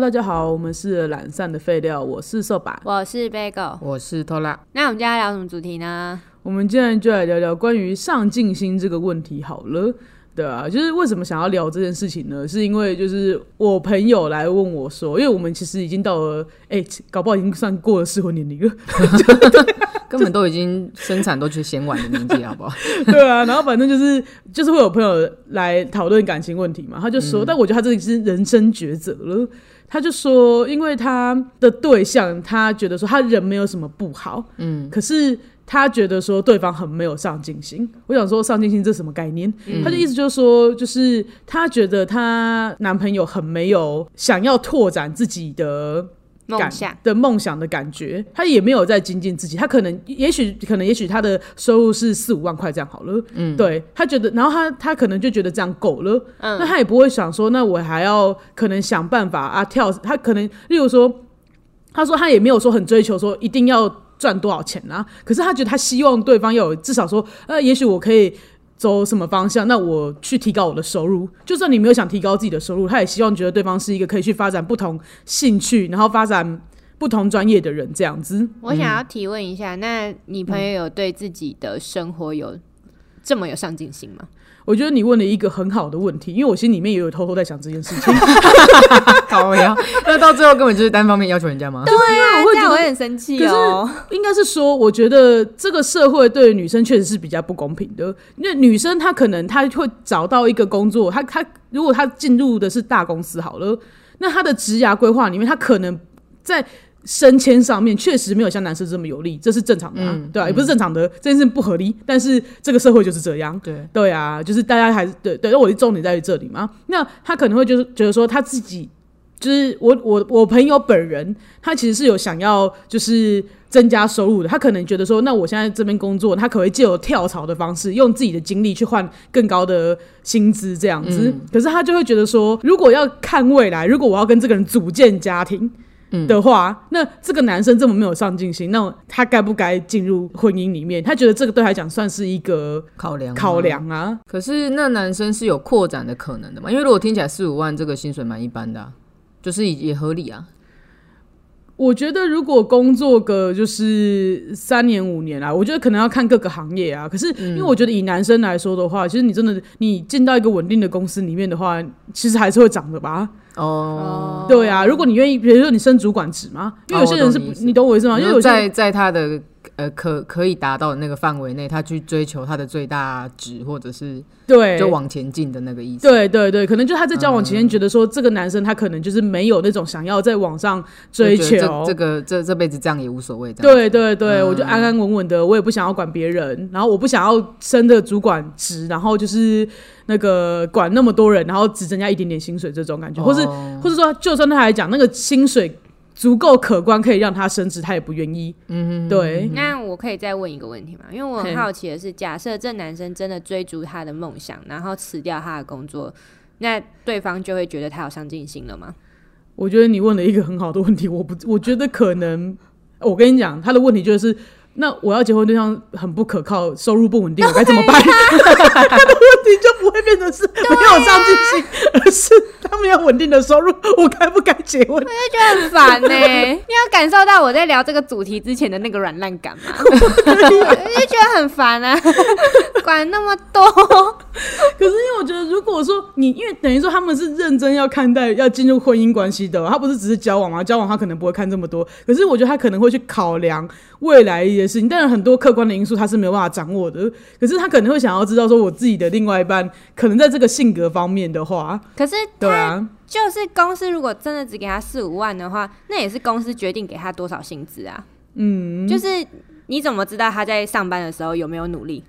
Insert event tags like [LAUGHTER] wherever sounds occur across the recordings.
大家好，我们是懒散的废料，我是瘦版。我是 Bagel。我是 [LAUGHS] 偷拉，那我们今天要聊什么主题呢？我们今天就来聊聊关于上进心这个问题好了。对啊，就是为什么想要聊这件事情呢？是因为就是我朋友来问我说，因为我们其实已经到了，哎、搞不好已经算过了适婚年龄了，根本都已经生产都去嫌晚的年纪，好 [LAUGHS] 不好？对啊。然后反正就是就是会有朋友来讨论感情问题嘛，他就说，但我觉得他这个是人生抉择了。他就说，因为他的对象，他觉得说他人没有什么不好，嗯，可是他觉得说对方很没有上进心。我想说上进心这什么概念？他就意思就是说，就是他觉得她男朋友很没有想要拓展自己的梦感想，的梦想的感觉，他也没有在精进自己，他可能也许可能也许他的收入是四五万块这样好了，嗯，对他觉得，然后他他可能就觉得这样够了，嗯，那他也不会想说，那我还要可能想办法啊跳，他可能例如说，他说他也没有说很追求说一定要赚多少钱啊，可是他觉得他希望对方要有至少说，呃，也许我可以。走什么方向？那我去提高我的收入。就算你没有想提高自己的收入，他也希望觉得对方是一个可以去发展不同兴趣，然后发展不同专业的人这样子。我想要提问一下，那你朋友有对自己的生活有这么有上进心吗？我觉得你问了一个很好的问题，因为我心里面也有偷偷在想这件事情。好呀，那到最后根本就是单方面要求人家吗？对啊，会这样觉得我会很生气哦。应该是说，我觉得这个社会对女生确实是比较不公平的。因为女生她可能她会找到一个工作，她她如果她进入的是大公司好了，那她的职涯规划里面，她可能在升迁上面确实没有像男生这么有利，这是正常的、啊，对啊，也不是正常的，这件事不合理，但是这个社会就是这样。对，对啊，就是大家还是对对，我的重点在于这里嘛。那他可能会就是觉得说他自己，就是我我我朋友本人，他其实是有想要就是增加收入的。他可能觉得说，那我现在这边工作，他可能借由跳槽的方式，用自己的经历去换更高的薪资这样子。可是他就会觉得说，如果要看未来，如果我要跟这个人组建家庭。的话，那这个男生这么没有上进心，那他该不该进入婚姻里面？他觉得这个对他来讲算是一个考量，考。量啊，可是那男生是有扩展的可能的嘛？因为如果听起来四五万这个薪水蛮一般的、啊，就是也也合理啊。我觉得如果工作个就是三年五年啊，我觉得可能要看各个行业啊。可是因为我觉得以男生来说的话，其实你真的你进到一个稳定的公司里面的话，其实还是会涨的吧？哦，哦对啊，如果你愿意，比如说你升主管职嘛，因为有些人是哦我懂不你意思你懂我意思吗？啊因因为为有些人在在他的呃可可以达到的那个范围内，他去追求他的最大值，或者是对就往嗯前进的那个意思。对对对，可能就他在交往期间觉得说，这个男生他可能就是没有那种想要在网上追就求觉得这这个这这辈子这嗯样也无所谓，这样对对对，我就安安稳稳的，我也不想要管别人，然后我不想要升的主管职，然后就是那个管那么多人，然后只增加一点点薪水这种感觉，或是哦或是说，就算他来讲那个薪水足够可观，可以让他升职，他也不愿意。嗯，对，那我可以再问一个问题吗？因为我很好奇的是，假设这男生真的追逐他的梦想，然后辞掉他的工作，那对方就会觉得他有上进心了吗？我觉得你问了一个很好的问题，我不，我觉得可能，我跟你讲，他的问题就是。那我要结婚对象很不可靠，收入不稳定，我该怎么办？他的问题就不会变成是没有上进心，而是他没有稳定的收入，我该不该结婚？就觉得很烦欸呢、 [LAUGHS] 你有感受到我在聊这个主题之前的那个软烂 [LAUGHS] 感吗？我就觉得很烦啊，管那么多，可是因为我觉得，如果说你，因为等于说他们是认真要看待要进入婚姻关系的，他不是只是交往啊嘛？交往他可能不会看这么多，可是我觉得他可能会去考量未来一些事情。当然，很多客观的因素他是没有办法掌握的，可是他可能会想要知道说，我自己的另外一半可能在这个性格方面的话，可是对他啊，就是公司如果真的只给他四五万的话，那也是公司决定给他多少薪资啊。嗯，就是你怎么知道他在上班的时候有没有努力？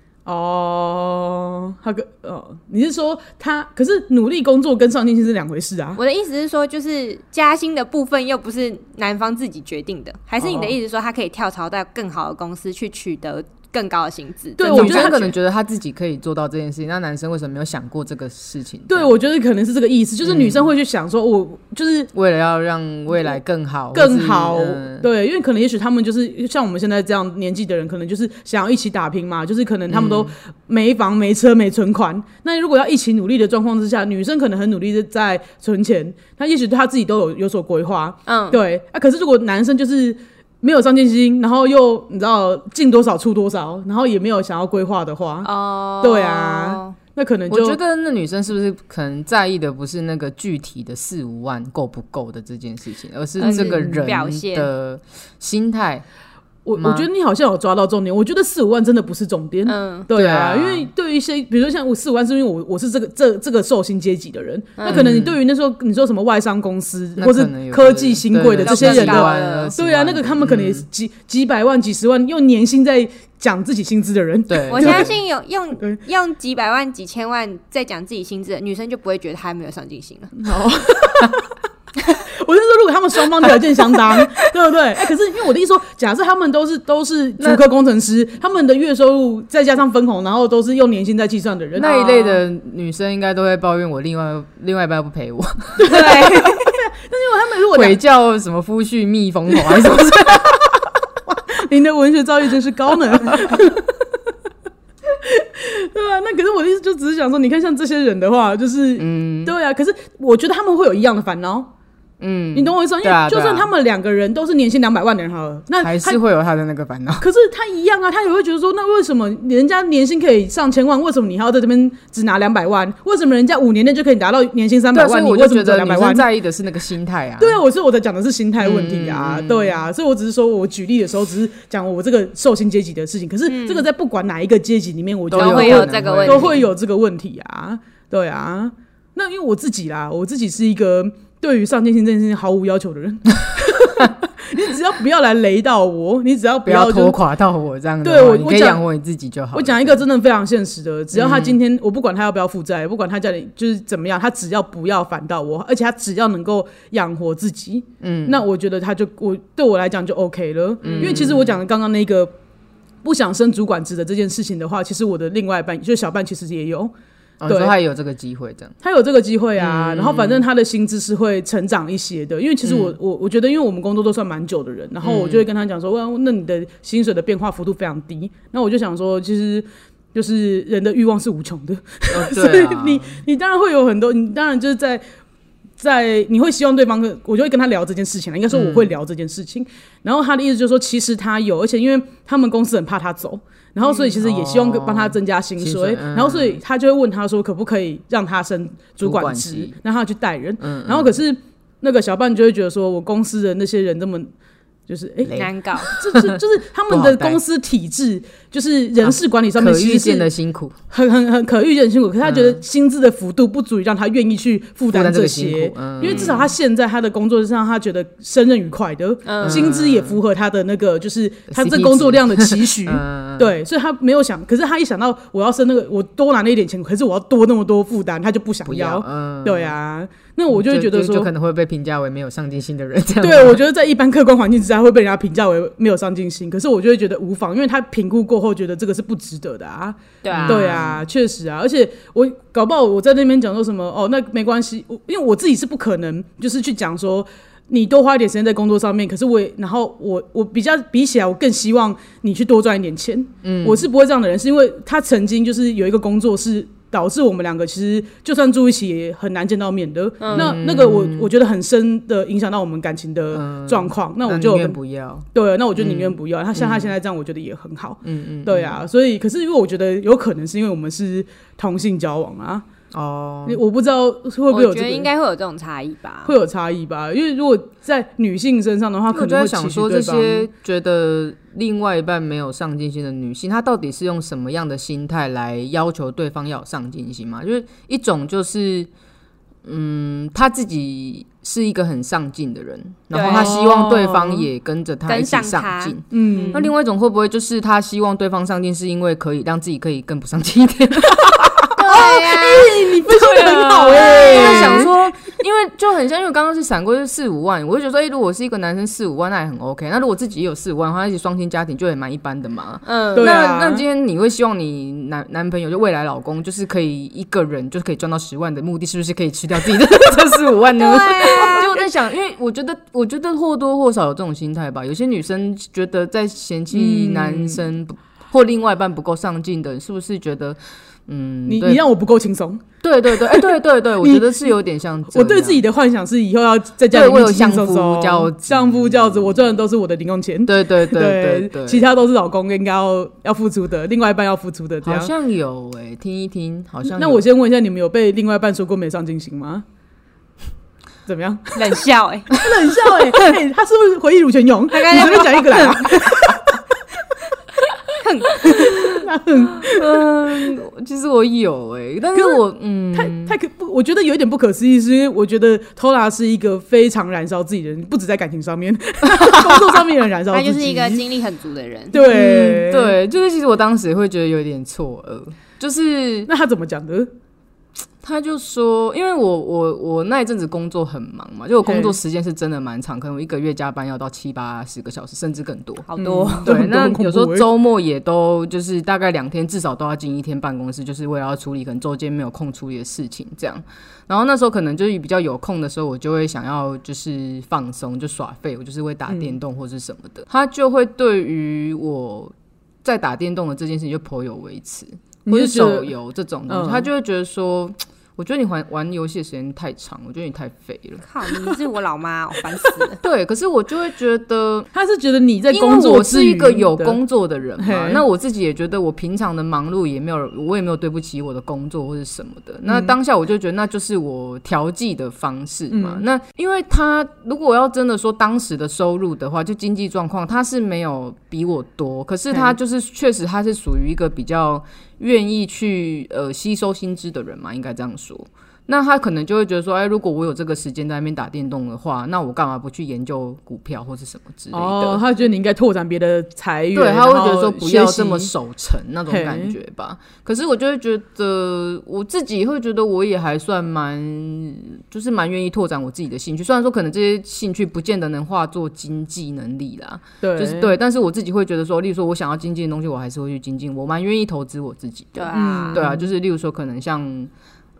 哦，他跟哦，你是说他？可是努力工作跟上进心是两回事啊。我的意思是说，就是加薪的部分又不是男方自己决定的，还是你哦的意思说他可以跳槽到更好的公司去取得更高的薪资。对这我种女觉得生他可能觉得她自己可以做到这件事情，那男生为什么没有想过这个事情？对，我觉得可能是这个意思，就是女生会去想说，我就是为了要让未来更好，嗯更好哦或是嗯，对，因为可能也许他们就是像我们现在这样年纪的人，可能就是想要一起打拼嘛，就是可能他们嗯都没房、没车、没存款。那如果要一起努力的状况之下，女生可能很努力的在存钱，她也许对她自己都有有所规划，嗯，对啊。可是如果男生就是没有上进心，然后又你知道进多少出多少，然后也没有想要规划的话，哦，对啊，那可能我就觉得那女生是不是可能在意的不是那个具体的四五万够不够的这件事情，嗯而是这个人表现的心态？我吗我觉得你好像有抓到重点，我觉得四五万真的不是重点。嗯，对对啊因为对于一些，比如说像我四五万，是因为我我是这个这这个受薪阶级的人，那可能你对于那时候你说什么外商公司嗯那或可是能有科技新贵的对这对些人10的，万20万嗯对啊，那个他们可能也是几几百万、几十万，用年薪在讲自己薪资的人，对，我相信有用对用几百万、几千万在讲自己薪资的女生，就不会觉得她没有上进心了。 [LAUGHS] 我是说，如果他们双方条件相 [LAUGHS] 当，对不对？哎、可是因为我的意思说，假设他们都是都是主科工程师，他们的月收入再加上分红，然后都是用年薪在计算的人，那一类的哦女生应该都会抱怨我另外另外一半不陪我， [LAUGHS] 对，他们如 [LAUGHS] 果两鬼叫什么夫婿蜜蜂头啊还是什么之类的？您的文学造诣真是高呢。 [LAUGHS] 对啊，那可是我的意思就只是想说，你看像这些人的话，就是，嗯，对啊，可是我觉得他们会有一样的烦恼，嗯，你懂我意思吗？因对啊为就对算啊他们两个人都是年薪两百万的人好了，那还他是会有她的那个烦恼。可是他一样啊，他也会觉得说，那为什么人家年薪可以上千万，为什么你还要在这边只拿两百万？为什么人家五年内就可以达到年薪三对百啊，所以万？我你就为什觉么得两女百生万？在意的是那个心态啊。对啊，我所以我在讲的是心态问题嗯啊，对啊，所以我只是说我举例的时候，只是讲我这个受薪阶级的事情。可是这个在不管哪一个阶级里面，我觉都得嗯都有会可有能这个会问啊都题，会有这个问题啊，对啊。那因为我自己啦，我自己是一个对于上进心这件事情毫无要求的人。 [LAUGHS] 你只要不要来雷到我，你只要不要要就拖垮到我这样子。对我哦你我可以讲养活你自己就好了。嗯我讲一个真的非常现实的，只要他今天，我不管他要不要负债，不管他家里就是怎么样，他只要不要烦到我，而且他只要能够养活自己，嗯，那我觉得他就我对我来讲就 OK 了。嗯因为其实我讲的刚刚那个不想升主管职的这件事情的话，其实我的另外一半就是小半，其实也有，哦，你说对她也有这个机会这样。他有这个机会啊，然后反正他的薪资是会成长一些的，因为其实我、我我觉得，因为我们工作都算蛮久的人，然后我就会跟他讲说，哇，那你的薪水的变化幅度非常低，那我就想说，其实就是人的欲望是无穷的，哦 [LAUGHS] 所对以啊，你你当然会有很多，你当然就是在在你会希望对方跟，我就会跟他聊这件事情啊了。应该说我嗯会聊这件事情，然后他的意思就是说，其实他有，而且因为他们公司很怕他走，然后所以其实也希望哦帮他增加薪水，薪水嗯然后所以他就会问他说，可不可以让他升主主管管职级，嗯让他去带人。然后可是那个小半就会觉得说，我公司的那些人这么。就是哎，累难搞。这这就是他们不好的带公司体制，就是人事管理上面可其预实是见的辛苦。很很很可预见的辛苦，可是他觉得薪资的幅度不足以让他愿意去负嗯负担担这个辛些苦，嗯因为至少他现在他的工作是让他觉得胜任愉快的，嗯薪资也符合他的那个就是他这 CP 呃值 [LAUGHS] 工作量的期许，嗯，对，所以他没有想，可是他一想到我要升那个我多拿那一点钱，可是我要多那么多负担，他就不想不要要，，嗯，对啊，那我就会觉得就说可。能会被评价为没有上进心的人这样。对，我觉得在一般客观环境之下会被人家评价为没有上进心，可是我就会觉得无妨，因为他评估过后觉得这个是不值得的啊。对啊，对啊，确实啊，而且我搞不好我在那边讲说什么哦，那没关系，我因为我自己是不可能就是去讲说你多花一点时间在工作上面，可是我也然后我我比较比起来，我更希望你去多赚一点钱。嗯，我是不会这样的人，是因为他曾经就是有一个工作是。导致我们两个其实就算住一起也很难见到面的，那那个我我觉得很深的影响到我们感情的状况，那我那就有宁愿跟不要。对，那我就宁嗯愿不要。他像他现在这样，我觉得也很好。嗯嗯，对啊。所以，可是因为我觉得有可能是因为我们是同性交往啊，哦，我不知道会不会有我这个觉得应该会有这种差异吧。会有差异吧。因为如果在女性身上的话，因为可我就能在会想期许说，这对方些觉得另外一半没有上进心的女性，她到底是用什么样的心态来要求对方要有上进心嘛？就是一种就是，嗯，她自己是一个很上进的人，然后她希望对方也跟着她一起跟上她上进。嗯，那另外一种会不会就是她希望对方上进，是因为可以让自己可以更不上进一点？对呀，啊你分析的很好对啊哎、他想说，因为为就很像，因为刚刚是闪过是四五万，我就觉得说，哎、如果是一个男生四五万，那也很 OK。那如果自己也有四五万的话，一起双亲家庭就也蛮一般的嘛。嗯，对啊那那今天你会希望你男男朋友就未来老公就是可以一个人就是可以赚到十万的目的，是不是可以吃掉自己的这四五万呢？ [LAUGHS] 啊就我在想，因为我觉得我觉得或多或少有这种心态吧。有些女生觉得在嫌弃男生不、或另外一半不够上进的，是不是觉得嗯，你对你让我不够轻松，对对对，哎、对对对，我你觉得是有点像这我对样自己的幻想是以后要在家对里我面有轻轻松相夫松教子相夫教子，我赚的都是我的零用钱。 [LAUGHS] 对对对对其他都是老公应该要要付出的，另外一半要付出的这好样。像有哎、听一听，好像那有我先问一下，你们有被另外一半说过没上进心吗？ [LAUGHS] 怎么样？冷笑哎、冷笑 [LAUGHS] 哎、欸他是不是回忆如泉 [LAUGHS] 涌？你刚刚随便讲一个来、啊。 [LAUGHS] 嗯， [LAUGHS] 其实我有哎、但是我嗯，太太可不，我觉得有一点不可思议，是因为我觉得 Tola 是一个非常燃烧自己的人，不止在感情上面，工作上面也燃烧自他己。嗯就是一个精力很足的人。对、。嗯对，就是其实我当时也会觉得有点错愕，就是那他怎么讲的？他就说，因为我我我那一阵子工作很忙嘛，就我工作时间是真的蛮长，可能我一个月加班要到七八十个小时，甚至更多。好多、都 [LAUGHS] 对，嗯很那都很恐有时候怖欸欸周末也都就是大概两天，至少都要进一天办公室，就是为了要处理可能周间没有空处理的事情这样。然后那时候可能就是比较有空的时候，我就会想要就是放松，就耍废，我就是会嗯打电动或是什么的。他就会对于我在打电动的这件事情就颇有微词，你或就是觉得手游这种东嗯西，他就会觉得说。我觉得你玩玩游戏的时间太长，我觉得你太废了。靠，你是我老妈，我烦死了。对，可是我就会觉得，他是觉得你在因工为作我之是余一个有的，工作的人嘛嘿，那我自己也觉得我平常的忙碌也没有，我也没有对不起我的工作或者什么的。那嗯当下我就觉得那就是我调剂的方式嘛。嗯那因为他如果要真的说当时的收入的话，就经济状况，他是没有比我多，可是他嘿就是确实他是属于一个比较愿意去呃吸收新知的人嘛，应该这样说。那他可能就会觉得说，哎，如果我有这个时间在那边打电动的话，那我干嘛不去研究股票或是什么之类的？哦，他觉得你应该拓展别的财源，对，他会觉得然说后不要学习这么守成那种感觉吧。可是我就会觉得，我自己会觉得我也还算蛮，就是蛮愿意拓展我自己的兴趣。虽然说可能这些兴趣不见得能化作经济能力啦，对，就是对，但是我自己会觉得说，例如说我想要精进的东西，我还是会去精进，我蛮愿意投资我自己的。对啊，对啊，就是例如说，可能像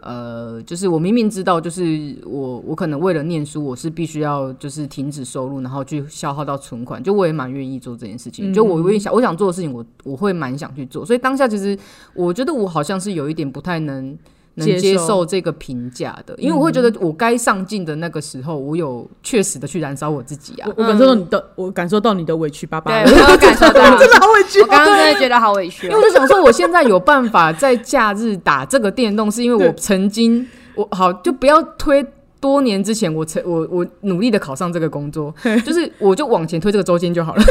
呃，就是我明明知道，就是我我可能为了念书，我是必须要就是停止收入，然后去消耗到存款，就我也蛮愿意做这件事情。就我愿意想我想做的事情我，我会蛮想去做。所以当下其实我觉得我好像是有一点不太能。能接接受受这个评价的，因为我会觉得我该上进的那个时候，我有确实的去燃烧我自己啊我。我感受到你的，我感受到你的委屈巴巴对了，我有感受到，真的好委屈我。刚刚真的觉得好委屈因哦、为我就想说，我现在有办法在假日打这个电动，是因为对我曾经我好就不要推多年之前，我曾我我努力的考上这个工作，就是我就往前推这个周间就好了。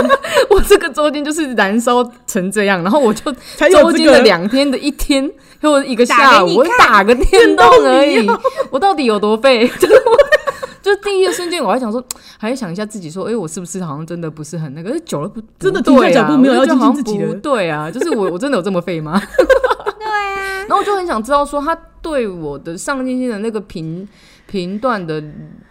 [LAUGHS] 我这个周间就是燃烧成这样，然后我就才有周这间的个两天的一天 [LAUGHS] 或者一个打下给午，你我打个电动而电已， [LAUGHS] 我到底有多废？ [LAUGHS] 就是我就第一个瞬间，我还想说，还想一下自己说，哎、我是不是好像真的不是很那个？哎久了不真的不对停下啊，脚步没有我要就觉得精好进像自己了不对啊， [LAUGHS] 就是我我真的有这么废吗？ [LAUGHS] 对啊，然后我就很想知道说，他对我的上进心的那个评评断的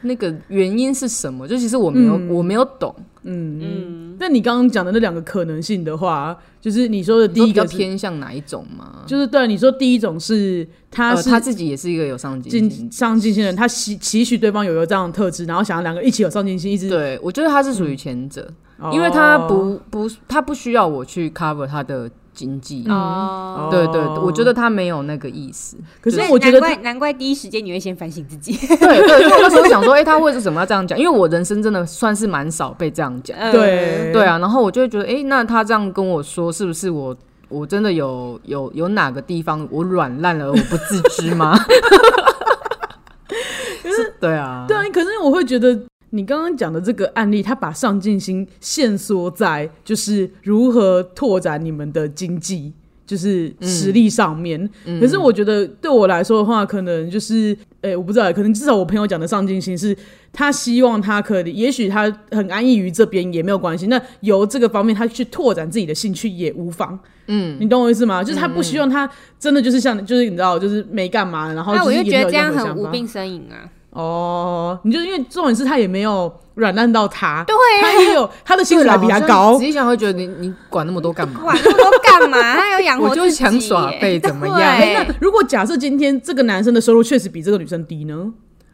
那个原因是什么？就其实我没有、我没有懂，嗯，那你刚刚讲的那两个可能性的话，就是你说的第你一比较个是，偏向哪一种吗？就是对啊你说第一种是他呃是他自己也是一个有上进心的进上进心的人，他期期许对方有有这样的特质，然后想要两个一起有上进心，一直，对，我觉得他是属于前者，嗯哦因为他不不他不需要我去 cover 他的经济。哦。哦对对，我觉得他没有那个意思。 [LAUGHS] 可是所以我觉得难他怪难怪第一时间你会先反省自己，对对，所以我那时候就想说，哎、他为什么要这样讲？因为我人生真的算是蛮少被这样讲。嗯对对啊，然后我就会觉得，哎、那他这样跟我说，是不是我我真的有有有哪个地方我软烂了，而我不自知吗？ [LAUGHS] 是对啊，对啊，可是我会觉得你刚刚讲的这个案例，他把上进心限缩在就是如何拓展你们的经济。就是实力上面，嗯可是我觉得对我来说的话，可能就是，诶、我不知道，可能至少我朋友讲的上进心是，他希望他可以，也许他很安逸于这边也没有关系，那由这个方面他去拓展自己的兴趣也无妨，嗯，你懂我意思吗？就是他嗯不希望他真的就是像，就是你知道，就是没干嘛，然后嗯那就哎我是就也觉没有得这任样何很想无法病呻吟啊。哦，你就因为重点是他也没有软烂到他，对他也有他的薪啊对水啦还比他好像高仔，细想会觉得你你管那么多干嘛？管那么多干嘛？他有养活我就自己想耶耍废怎么样 [LAUGHS] 对哎那如果假设今天这个男生的收入确实比这个女生低呢？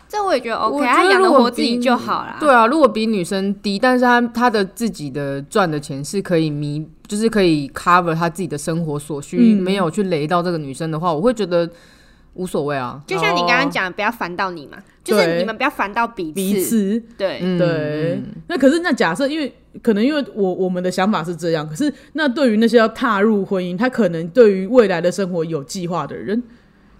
这我也觉得 OK，我觉得他养得如果活自己比就好啦。对啊，如果比女生低，但是他他的自己的赚的钱是可以弥，就是可以 cover 他自己的生活所需，嗯没有去雷到这个女生的话，我会觉得无所谓啊。就像你刚刚讲，不要烦到你嘛，就是对你们不要烦到彼哦彼此。此对，嗯，对嗯，那可是那假设，因为可能因为我我们的想法是这样，可是那对于那些要踏入婚姻，他可能对于未来的生活有计划的人，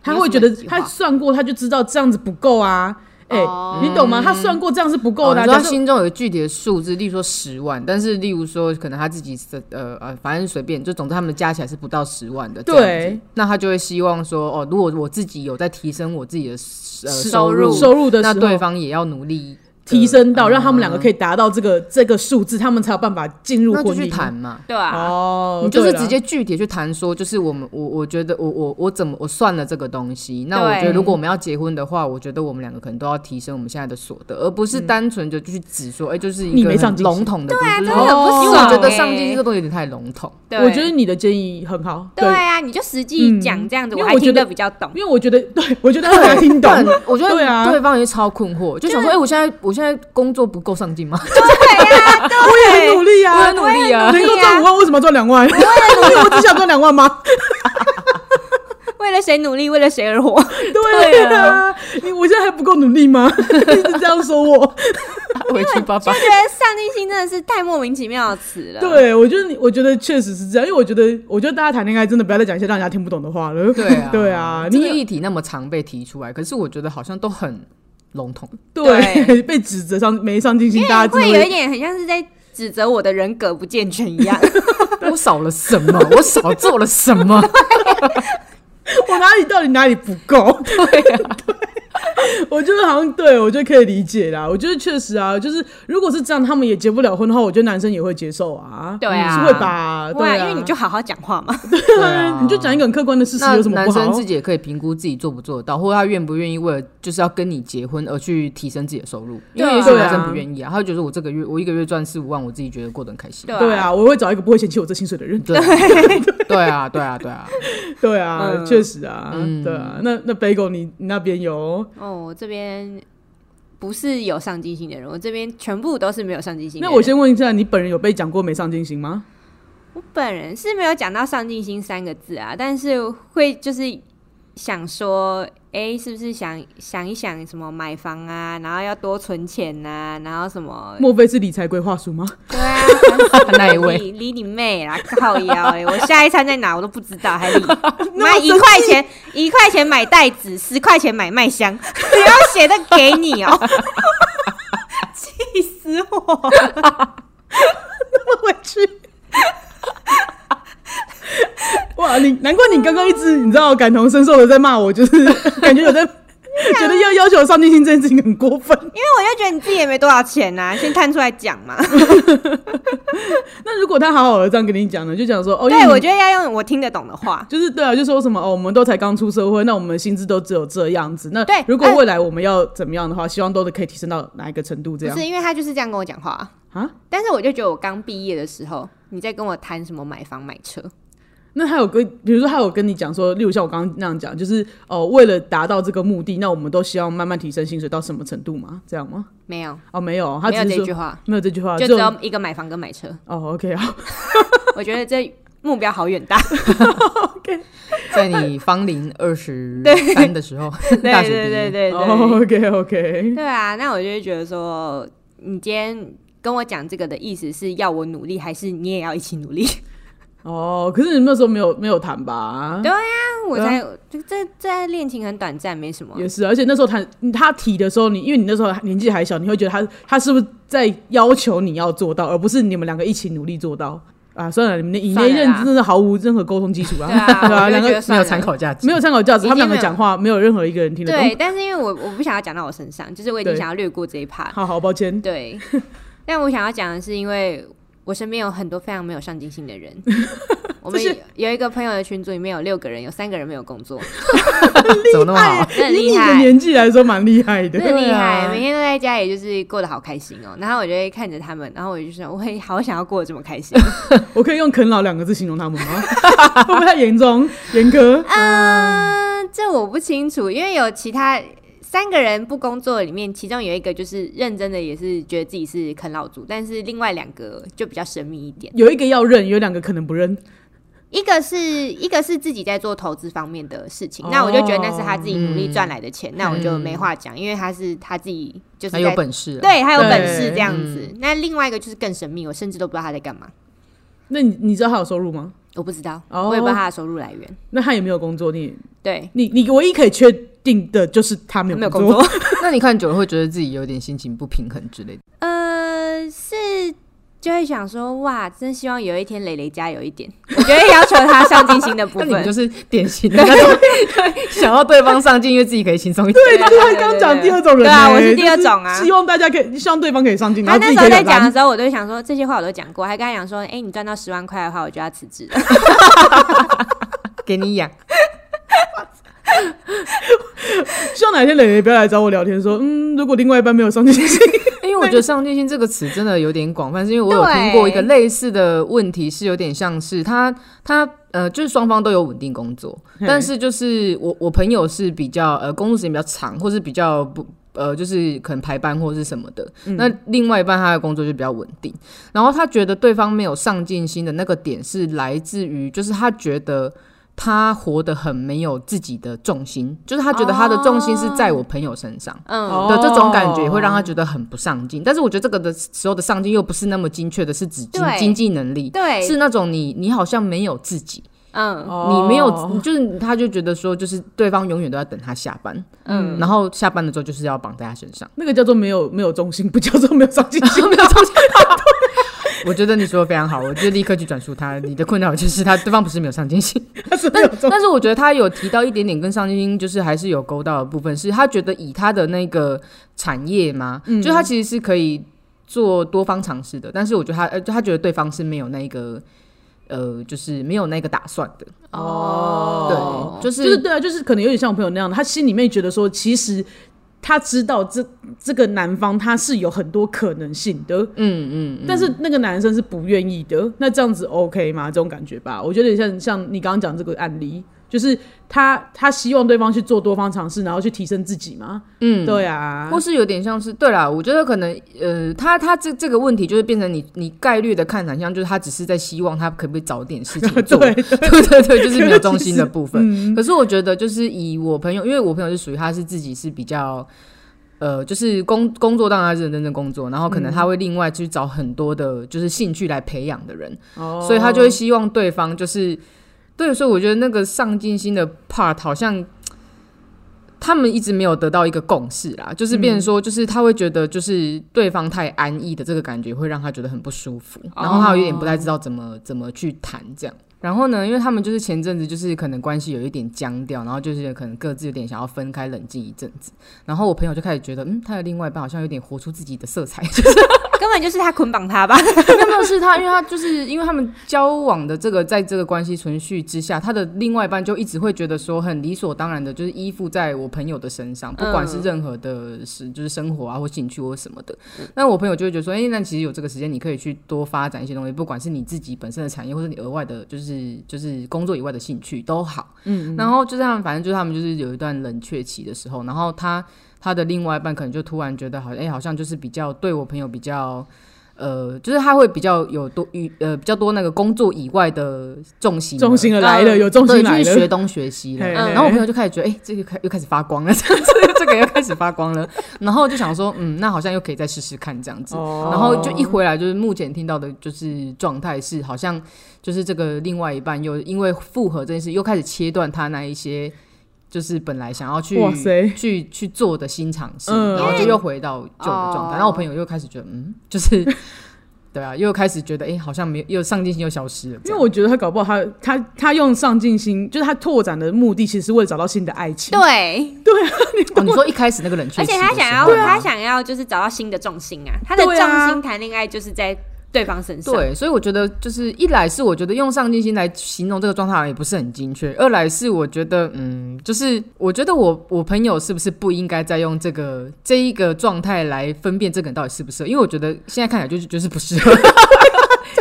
他有会什觉么得计他划算过，他就知道这样子不够啊。哎、哦你懂吗？他算过这样是不够嗯哦的、你啊。说假他设心中有个具体的数字，例如说十万，但是例如说可能他自己是呃呃，反正随便，就总之他们加起来是不到十万的。对这样子，那他就会希望说，哦，如果我自己有在提升我自己的呃收入收收入的时那候，对方也要努力提升到嗯让他们两个可以达到这个这个数字，他们才有办法进入那就婚去姻。谈嘛。对啊，哦，你就是对啦直接具体去谈说，就是我们我我觉得我我我怎么我算了这个东西，那我对觉得如果我们要结婚的话，我觉得我们两个可能都要提升我们现在的所得，而不是单纯就去指说，哎、就是一你个没上很进心笼统的，对嗯啊真就是的很不哦因为我爽觉得欸上进这个东西有点太笼统。对，我觉得你的建议很好，对啊，你就实际讲这样子，嗯因为我还我觉听得得比较懂。因为我觉得， [LAUGHS] 对我觉得他很难听懂不。然我觉得对啊对方也超困惑，就想说，哎、我现在我现在工作不够上进吗？我也很努力我 [LAUGHS] 啊，很努力啊，能够赚五万，为什么要赚两万？ [LAUGHS] 我只想赚两万 [LAUGHS] 吗？为了谁努力，为了谁而 [LAUGHS] 活。对啊，你我现在还不够努力吗？ [LAUGHS] 一直这样说我，啊回去爸爸我。觉得上进心真的是太莫名其妙的词了。对我觉得你，我觉得确实是这样，因为我觉得，我觉得大家谈恋爱真的不要再讲一些让人家听不懂的话了。对 [LAUGHS] 啊，对啊，这个你议题那么常被提出来，可是我觉得好像都很笼统。对 [LAUGHS] 被指责上没上进心，大家真哎会的有一点很像是在指责我的人格不健全一 [LAUGHS] 样。啊我少了什么？我少做了什 [LAUGHS] 么？我哪里到底哪里不够？对呀、对， [LAUGHS] 我觉得好像对我觉得可以理解啦。我觉得确实啊，就是如果是这样，他们也结不了婚的话，我觉得男生也会接受啊。对啊是会吧？对哇，啊，因为你就好好讲话嘛。对啊，你就讲一个很客观的事实那有什么男不好生？自己也可以评估自己做不做得到，或者他愿不愿意为了就是要跟你结婚而去提升自己的收入，因对为啊也许男生不愿意啊，他会觉得我这个月我一个月赚四五万，我自己觉得过得很开心。[LAUGHS] 对对啊，我会找一个不会嫌弃我这薪水 [LAUGHS] 的人。对啊对啊对啊对 [LAUGHS] 啊，对啊，嗯确实啊，对啊。那那 Bagel，你你那边有？哦，我这边不是有上进心的人，我这边全部都是没有上进心的那人。我先问一下，你本人有被讲过没上进心吗？我本人是没有讲到上进心三个字啊，但是会就是想说，哎、是不是想想一想什么买房啊，然后要多存钱呐、然后什么。莫非是理财规划书吗？ [LAUGHS] 对啊，那一位理理你妹啦，靠腰哎、我下一餐在哪我都不知道，还 [LAUGHS] 理买一块钱一块钱买袋子，十块钱买麦香，只要写的给你哦、 [LAUGHS] 气死我！那么委屈。 [LAUGHS] 哇，你难怪你刚刚一直你知道感同身受的在骂我，就是 [LAUGHS] 感觉有 [LAUGHS] 在觉得要要求上进心这件事情很过分。 [LAUGHS] 因为我就觉得你自己也没多少钱呐、先摊出来讲嘛。那如果他好好的这样跟你讲呢，就讲说哦，因为对，你我觉得要用我听得懂的话。就是对啊，就说什么哦，我们都才刚出社会，那我们的薪资都只有这样子。那对如果哎未来我们要怎么样的话，希望都可以提升到哪一个程 [LAUGHS] 度这不样是因为他就是这样跟我讲话啊、啊？但是我就觉得我刚毕业的时候，你在跟我谈什么买房买车，那他有跟，比如说他有跟你讲说，例如像我刚刚那样讲，就是哦，为了达到这个目的，那我们都希望慢慢提升薪水到什么程度吗？这样吗？没有，哦，没有，他没有只这是句说话，没有这句话，就只只有有一个买房跟买车。 [LAUGHS] 哦，OK 啊，我觉得这目标好远 [LAUGHS] 大。在你芳龄二十三的时候，对 [LAUGHS] 大对学毕对业，对哦对， ，OK OK， [LAUGHS] 对啊。那我就会觉得说，你今天跟我讲这个的意思是要我努力，还是你也要一起努 [LAUGHS] 力？哦，可是你们那时候没有没有谈吧？对那我才啊这这这恋情很短暂，没什么。也是，而且那时候谈他提的时候，你因为你那时候年纪还小，你会觉得他他是不是在要求你要做到，而不是你们两个一起努力做到啊？算了，你们那你那一算了啦任真的是毫无任何沟通基础啊，对啊，对啊，我就两觉个得没算有了参考价值，没有参考价值，已经他们两个没有讲话没有任何一个人听得懂。对，但是因为我我不想要讲到我身上，就是我已经对想要略过这一 part。好好，抱歉。 [LAUGHS] 对， [LAUGHS] 但我想要讲的是，因为我身边有很多非常没有上进心的人，我们就是有一个朋友的群组里面有六个人，有三个人没有 [LAUGHS] 工作， [LAUGHS] 怎么那么好？真的以厉你的害。啊年纪来说蛮厉害的真。的厉对害，啊每天都在家，也就是过得好开心哦、然后我就会看着他们，然后我就想，我会好想要过得这么 [LAUGHS] 开心。嗯我可以用“啃老”两个字形容他们吗？ [LAUGHS] 会不会太严重、严格？嗯，这我不清楚，因为有其他三个人不工作，里面其中有一个就是认真的，也是觉得自己是啃老族，但是另外两个就比较神秘一点。有一个要认，有两个可能不认。一个是一个是自己在做投资方面的事情，那我就觉得那是他自己努力赚来的钱，那我就没话讲，因为他是他自己就是他在有本事、啊，对，他有本事对这样子。那另外一个就是更神秘，我甚至都不知道他在干嘛，那你你知道他有收入吗？我不知道，哦我也不知道他的收入来源。那他也没有工作，你对，你你唯一可以确定的就是他没他有没有工工作。作，那你看久了会觉得自己有点心情不平衡之类的。呃，是就会想说，哇，真希望有一天蕾蕾家有一点，我觉得要求他上进心的部 [LAUGHS] 那你们就分。是典 [LAUGHS] 型的那种 [LAUGHS] 想要对方上进，因为自己可以轻松一 [LAUGHS] 点。对，就是他刚讲第二种人、欸，对啊我是第二种啊就是希望大家可以，希望对方可以上进，然他后自己可那时候以摆在讲烂的时候，我都想说这些话我都讲过，还跟他讲说，哎、你赚到十万块的话，我就要辞职了。给你养。希望哪一天磊磊不要来找我聊天说，嗯，如果另外一半没有上进心， [LAUGHS] 因为我觉得“上进心”这个词真的有点广泛，是因为我有听过一个类似的问题，是有点像是他他呃，就是双方都有稳定工作，嗯但是就是我我朋友是比较呃工作时间比较长，或是比较不。呃，就是可能排班或是什么的，嗯那另外一半他的工作就比较稳定。然后他觉得对方没有上进心的那个点是来自于，就是他觉得他活得很没有自己的重心，就是他觉得他的重心是在我朋友身上。嗯，哦。的这种感觉也会让他觉得很不上进。但是我觉得这个的时候的上进又不是那么精确的，是指经对经济能力，对，是那种你你好像没有自己，嗯你没有，就是他就觉得说，就是对方永远都要等他下班，嗯，然后下班了之后就是要绑在他身上那个叫做没有没有中心，不叫做没有上进心。 [LAUGHS] 没有我觉得你说的非常好，我就立刻去转述他。你的困扰就是他对方不是没有上进心， [LAUGHS] 他是没有中但是我觉得他有提到一点点跟上进心，就是还是有勾到的部分，是他觉得以他的那个产业嘛，嗯就他其实是可以做多方尝试的，但是我觉得他呃，他觉得对方是没有那一个呃，就是没有那个打算的，哦对，就就是是。对啊，就是可能有点像我朋友那样的，他心里面觉得说，其实他知道这这个男方他是有很多可能性的，嗯嗯，但是那个男生是不愿意的，那这样子 OK 吗？这种感觉吧，我觉得有点像像你刚刚讲这个案例，就是他他希望对方去做多方尝试，然后去提升自己嘛，嗯，对啊或，是有点像是对啦，我觉得可能呃，他他这这个问题就是变成你你概率的看很像，就是他只是在希望他可不可以找点事情 [LAUGHS] 做，对 [LAUGHS] 对对对，就是嗯没有中心的部分。可是我觉得，就是以我朋友，因为我朋友是属于他是自己是比较。呃，就是工工作当然是认真工作，然后可能他会另外去找很多的，就是兴趣来培养的人，所以他就会希望对方就是，对，所以我觉得那个上进心的 part 好像他们一直没有得到一个共识啦，就是变成说，就是他会觉得就是对方太安逸的这个感觉会让他觉得很不舒服，然后他有点不太知道怎么怎么去谈这样。然后呢，因为他们就是前阵子就是可能关系有一点僵掉，然后就是可能各自有点想要分开冷静一阵子。然后我朋友就开始觉得，嗯，他的另外一半好像有点活出自己的色彩，根本就是他捆绑他吧？ [LAUGHS] 那么是他，因为他就是因为他们交往的这个，在这个关系存续之下，他的另外一半就一直会觉得说很理所当然的，就是依附在我朋友的身上，不管是任何的事，就是生活啊或兴趣或什么的。那我朋友就会觉得说，哎、那其实有这个时间，你可以去多发展一些东西，不管是你自己本身的产业，或者你额外的，就是就是工作以外的兴趣都好。嗯，然后就这样，反正就是他们就是有一段冷却期的时候，然后他他的另外一半可能就突然觉得好像，哎、好像就是比较对我朋友比较。呃，就是他会比较有多与呃比较多那个工作以外的重心了，重心了来了，嗯有重对，心就来是了，学东学西了。嘿然后我朋友就开始觉得，哎、这个开又开始发光了， [LAUGHS] 这个这个又开始发光了。然后就想说，嗯，那好像又可以再试试看这样子。哦然后就一回来，就是目前听到的，就是状态是好像就是这个另外一半又因为复合这件事，又开始切断他那一些。就是本来想要去哇塞去去做的新尝试，嗯然后就又回到旧的状哦态。然后我朋友又开始觉得，嗯，就是 [LAUGHS] 对啊，又开始觉得，哎、好像没有，又上进心又消失了。这因为样我觉得他搞不好他他他用上进心，就是他拓展的目的，其实是为了找到新的爱情。 [LAUGHS] 对，哦，你说一开始那个冷却而期且的时候，啊他想要、他想要就是找到新的重心啊，他的重对啊心谈恋爱就是在对方身上。对，啊所以我觉得就是一来是我觉得用上进心来形容这个状态好像也不是很精确，二来是我觉得嗯，就是我觉得我我朋友是不是不应该再用这个这一个状态来分辨这个人到底适不适合，因为我觉得现在看起来就是就是不适合， [LAUGHS]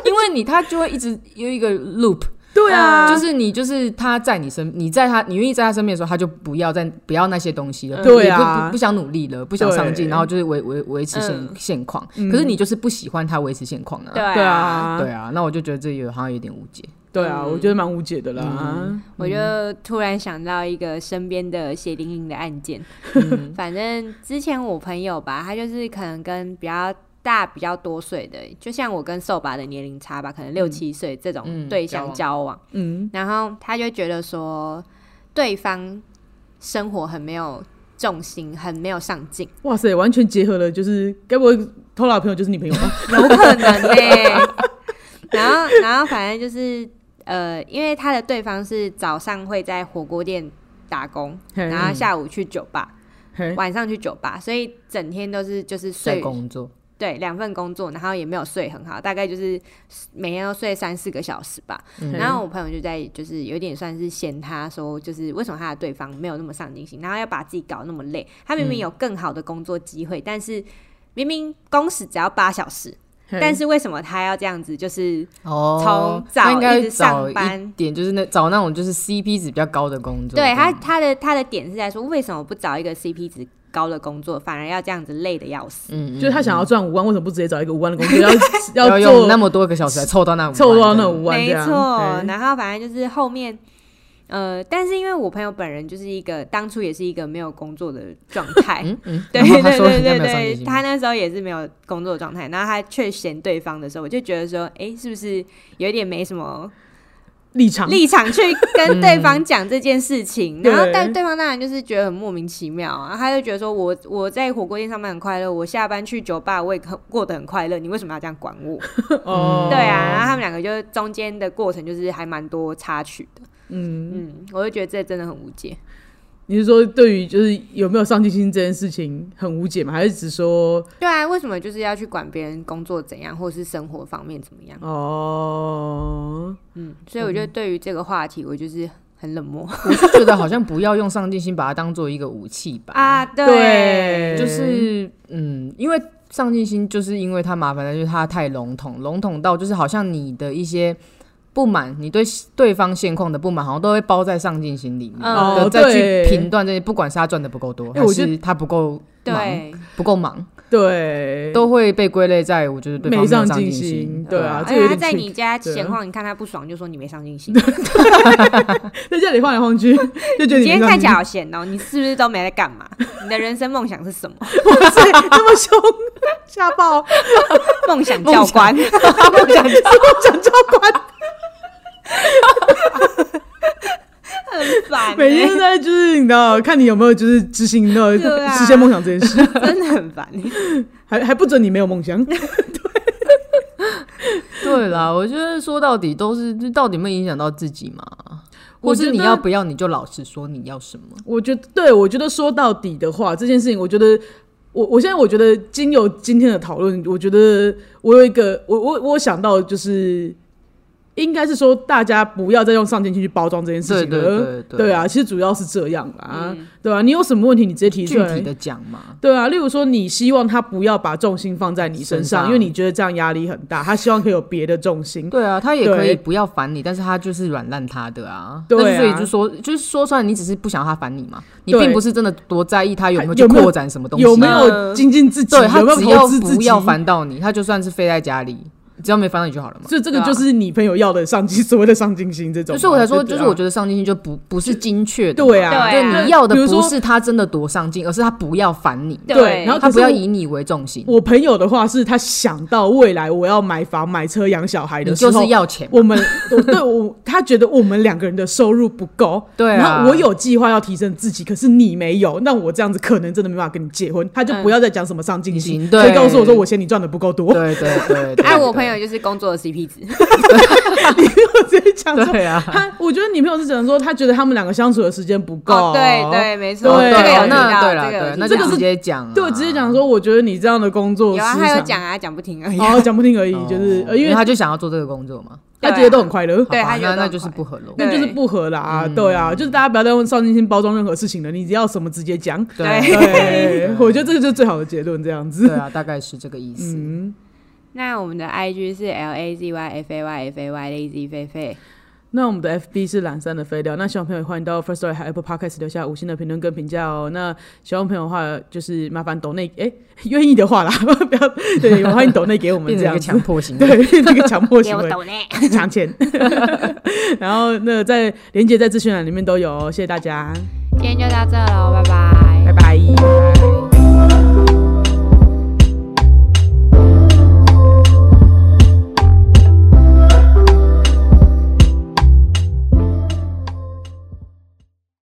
因为你他就会一直有一个 loop。对啊，就是你，就是他在你身，你在他，你愿意在他身边的时候，他就不要再不要那些东西了，对也啊不不不想努力了，不想上进，对然后就是维维维持现、嗯现况。可是你就是不喜欢他维持现况啊，对对啊，啊，对啊，嗯那我就觉得这有好像有点误解。对啊，我觉得蛮无解的嗯啦。我就突然想到一个身边的血淋淋的案件。嗯 [LAUGHS] 反正之前我朋友吧，他就是可能跟比较大、比较多岁的，就像我跟瘦吧的年龄差吧，可能六七岁这种嗯对象交往，嗯，然后他就觉得说对方生活很没有重心，很没有上进。哇塞，完全结合了，就是该不会偷老朋友就是你朋 [LAUGHS] 友吧？有可能呢、 [LAUGHS] 然后，然后反正就是呃，因为他的对方是早上会在火锅店打工，嘿然后下午去酒吧，嘿，晚上去酒吧，所以整天都是就是在睡工作，对两份工作，然后也没有睡很好，大概就是每天都睡三四个小时吧。嗯然后我朋友就在就是有点算是嫌他说，就是为什么他的对方没有那么上进心，然后要把自己搞那么累。他明明嗯有更好的工作机会，但是明明工时只要八小时，嘿但是为什么他要这样子？就是哦从早那应该一直找上一班点，就是那找那种就是 CP 值比较高的工作。对他他的他的点是在说，为什么不找一个 CP 值高的工作，反而要这样子累的要死？嗯，嗯就是他想要赚五万，为什么不直接找一个五万的工作，要要做用那么多个小时来凑到那五万凑到那这样五万这没样？错嘿，然后反正就是后面，呃，但是因为我朋友本人就是一个当初也是一个没有工作的状态，嗯嗯，对然后对他说对人家对没有上进对，心他那时候也是没有工作的状态，然后他却嫌对方的时候，我就觉得说，哎、是不是有点没什么立场立场去嗯跟对方讲这件事情？然后对但对方当然就是觉得很莫名其妙啊，他就觉得说我我在火锅店上班很快乐，我下班去酒吧我也很过得很快乐，你为什么要这样管我？哦，对啊，然后他们两个就中间的过程就是还蛮多插曲的。嗯，嗯，我就觉得这真的很无解。你是说对于就是有没有上进心这件事情很无解吗？还是只说对啊，为什么就是要去管别人工作怎样，或是生活方面怎么样？哦，嗯，所以我觉得对于这个话题，我就是很 [LAUGHS] 冷漠我是觉得好像不要用上进心把它当做一个武器吧。啊。对，就是嗯，因为上进心就是因为它麻烦的就是它太笼统，笼统到就是好像你的一些不满，你对对方现况的不满，好像都会包在上进心里面，嗯对再哦对去评断这些，不管是他赚的不够多，哎还我觉得是他不够忙，对，不够忙，对，都会被归类在我觉得对方没有上上进心心，对啊啊这而有且哎他点在 trick，你家对啊闲晃，你看他不爽，就说你没上 [LAUGHS] 进心，在家里晃来晃 [LAUGHS] 去，就觉得你没你今天上看进起来好闲哦，你是不是都没在干嘛？你的人生梦想是 [LAUGHS] 什么？哇塞，那么凶，吓爆！梦想教官， [LAUGHS] 梦想梦想教官，很烦欸，每天都在就是你知道，看你有没有就是执行到对啊实现梦想这件事，真的很烦欸。还还不准你没有梦想。 [LAUGHS] 对啦，我觉得说到底都是，就到底有没有影响到自己嘛？我或觉是你得要不要，你就老实说你要什么。我觉得，对我觉得说到底的话，这件事情，我觉得。我我现在我觉得经由今天的讨论，我觉得我有一个我我我想到就是，应该是说大家不要再用上进心去包装这件事情对了。对对对啊，其实主要是这样啦，对啊，你有什么问题你直接提出具来，体的讲嘛，对啊，例如说，你希望他不要把重心放在你身身上，上因为你觉得这样压力很大。他希望可以有别的重心。对啊，他也可对以不要烦你，但是他就是软烂他的啊。对啊但是所以就说，就是说出来，你只是不想他烦你嘛，你对并不是真的多在意他有没有有去没有扩展什么东西，啊有没有精进自己？对他有没有只要投资自不己？要烦到你，他就算是飞在家里，只要没烦到你就好了嘛。所以这个对啊就是你朋友要的上进，所谓的上进心这种就嘛。是我才说，就是我得觉得上进心就不不是精确的嘛，对啊，对啊就你要的比如说不是他真的多上进，而是他不要烦你，对，然后可他是不要我以你为重心，我朋友的话是他想到未来我要买房、买车、养小孩你的时就候，是要钱嘛。我们我对我他觉得我们两个人的收入不够， [LAUGHS] 对啊然后我有计划要提升自己，可是你没有，那我这样子可能真的没办法跟你结婚。他就不要再讲什么上进心，嗯嗯对所以告诉我说我嫌你赚的不够多。对对对，对哎，我朋友友就是工作的 CP 值，女朋友 [LAUGHS] 直接讲说，对啊，他我觉得女朋友是讲说，她觉得他们两个相处的时间不够、哦，对对，没错，对这个有提那到，对了这个有对，提那到这个就是直接讲啊，对，直接讲说，我觉得你这样的工作有啊，思他有想讲啊，讲不停而已。哦，讲不定而已，就是哦呃，因因为他就想要做这个工作嘛，他对啊觉得都很快乐，对好吧他觉那得那很就是快不合咯，那就是不合啦，嗯对啊，就是大家不要再用少年心包装任何事情了，你只要什么直接讲。对对， [LAUGHS] 我觉得这个就是最好的结论，这样子。对啊，大概是这个意思。嗯， [LAUGHS] 那我们的 IG 是 L A Z Y F A Y F A Y Lazy 菲菲，那我们的 FB 是懒散的废料，那喜欢朋友欢迎到 First Story 和 Apple Podcast 留下五星的评论跟评价哦。那喜欢朋友的话，就是麻烦抖内，哎、 [LAUGHS] 愿意的话啦，不要对，欢迎抖内给我们变这成样一个子强。迫型 [LAUGHS] 的，对，那个强迫 [LAUGHS] 给行我为，抖内，抢钱。 [LAUGHS] 然后那个在连接在资讯栏里面都有哦，谢谢大家，今天就到这喽，拜拜。拜拜。